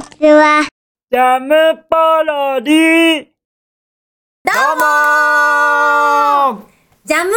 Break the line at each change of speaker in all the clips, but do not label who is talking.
ちは。
ジャムパロディどうも
ジャムポロ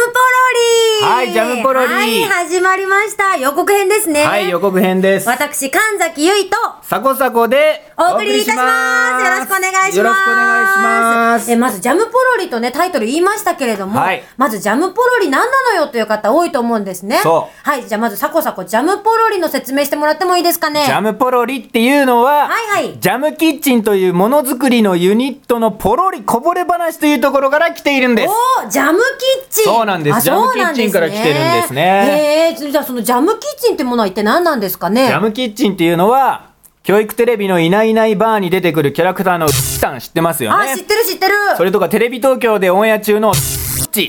リ
はいジャムポロリ
はい、始まりました。予告編ですね。
はい、予告編です。
私、神崎ゆいと、
サコサコで
お送りいたします。よろしくお願いします。
よろしくお願いします。
え、まず、ジャムポロリとね、タイトル言いましたけれども、
はい
まず、ジャムポロリ何なのよという方多いと思うんですね。。
そう
はい、じゃあまず、サコサコ、ジャムポロリの説明してもらってもいいですかね。
ジャムポロリっていうの
は
は、
いはい
ジャムキッチンというものづくりのユニットのポロリこぼれ話というところから来ているんです。
おージャムキッチン
そうなんです
あそうなん
ジャムキッチンから来てるんです
ね。
ね
へえ、じゃあそのジャムキッチンってものは一体何なんですかね
ジャムキッチンっていうのは、教育テレビのいないいないバーに出てくるキャラクターのさん知ってますよ
あ、
ね。
知ってる知ってる
それとかテレビ東京でオンエア中の知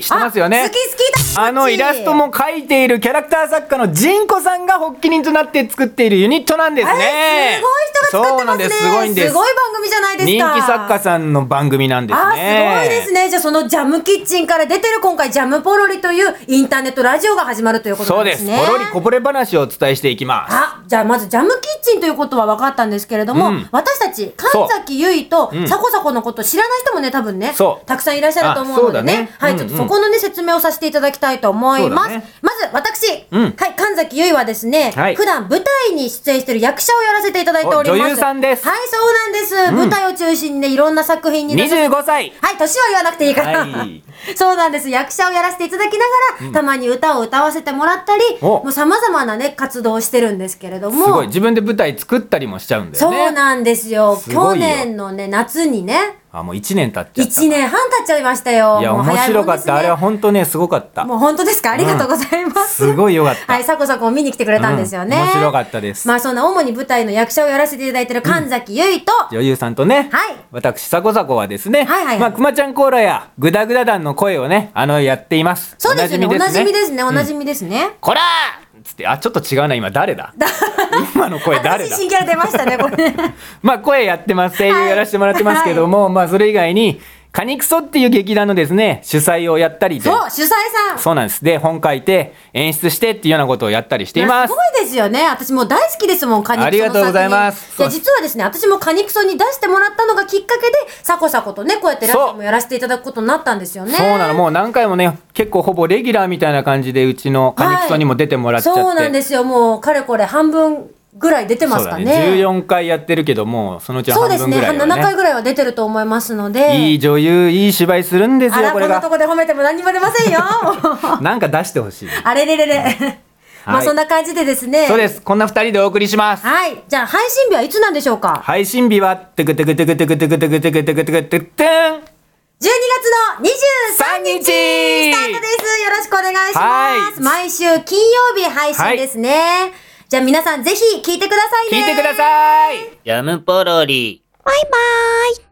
ってますよ
あ
ね
好き好きだ
あのイラストも描いているキャラクター作家のジンコさんが発起人となって作っているユニットなんです
え
ね
すごい人が作ってますね
そうなんですす
す
ご
ご
いんで
い番組じゃないですすか
人気作家さんの番組なんですね
あーすごいですねじゃあそのジャムキッチンから出てる今回ジャムポロリというインターネットラジオが始まるということ
そ
な
うん
で
ですす
ね
ポロリこぼれ話をお伝えしていきます
あじゃあまずジャムキッチンということは分かったんですけれども、
うん
私たち
そう
神崎結衣と
ん
サコサコのこと知らない人もね多分ね
そう
たくさんいらっしゃると思うので
あそうだ
ね
ね
はい
うん
ちょ
うん
っとそこのね説明をさせていただきたいと思います、
そうだね
まず私、
うん
はい神崎結衣はですね、
はい
普段舞台に出演してる役者をやらせていただいております
お女優さんです
はいそうなんです、舞台を中心にねいろんな作品に出させて
25歳
はい、年は言わなくていいから。
はい
そうなんです。役者をやらせていただきながら、たまに歌を歌わせてもらったり、も
お
う様々なね、活動をしてるんですけれども。
すごい自分で舞台作ったりもしちゃうんだ
そ
よ
う
ね
なんですよ。
すご
去
いよ
年のね、夏にね、
あもう1年経っちゃった
1年半経っちゃいましたよ。
いや
もう
面
早いも
白
ん
か
で
っ
す
た、
ね
あれは本当ねすごかった
もう本当ですかありがとうございます。
すごい良かった
はい、さこさこも見に来てくれたんですよね。
うん面白かったです
まあそんな主に舞台の役者をやらせていただいてる神崎結衣と、
女優さんとね、
はい
私、サコサコはです
は
ね、
いはいはい
まあ、くまちゃんコーラや、ぐだぐだ団の声をね、あの、やっています。
そうですよね。おなじみですね。おな
み。
じみですね。
こらーつって、あ、ちょっと違うな、今、誰だ今の声誰
私
だ
新キャラ出ましたね、これ。
まあ、声やってます。声優
はい
やらせてもらってますけども、まあ、それ以外に、カニクソっていう劇団のですね、主催をやったりで、
そう、主催さん。
そうなんです。で、本書いて、演出してっていうようなことをやったりしています
す。ごいですよね。私もう大好きですもん、カニクソの
ありがとうございます
作品いや、実はですね、私もカニクソに出してもらったのがきっかけで、サコサコとね、こうやってラジオもやらせていただくことになったんですよね。
そうなの、もう何回もね、結構ほぼレギュラーみたいな感じで、うちのカニクソにも出てもらっちゃって。
そうなんですよ。もう、かれこれ半分ぐらい出てますかね。
そうだね14回やってるけどもうそのうち
そう
半
です
分ぐ
ね。
らいは
7
ね
回ぐらいは出てると思いますので。
いい女優いい芝居するんです
あ
よ
ら、
こ
こ
れ
んな
が
とこで褒めても何にも出ませ んよ。
なんか出してほしい
あれれれれ。まあ、そんな感じでですね。
そうですこんな二人でお送りします
はい。じゃあ、配信日はいつなんでしょうか
配信日はテクテクテクテクテクテクテクテクテクテクテン
12月の23
3
日
日
スタートです。よろしくお願いします。
は
毎週金曜日配信ですね。じゃあ皆さんぜひ聞いてくださいね。
聞いてください
ジャムポロリ。
バイバイ。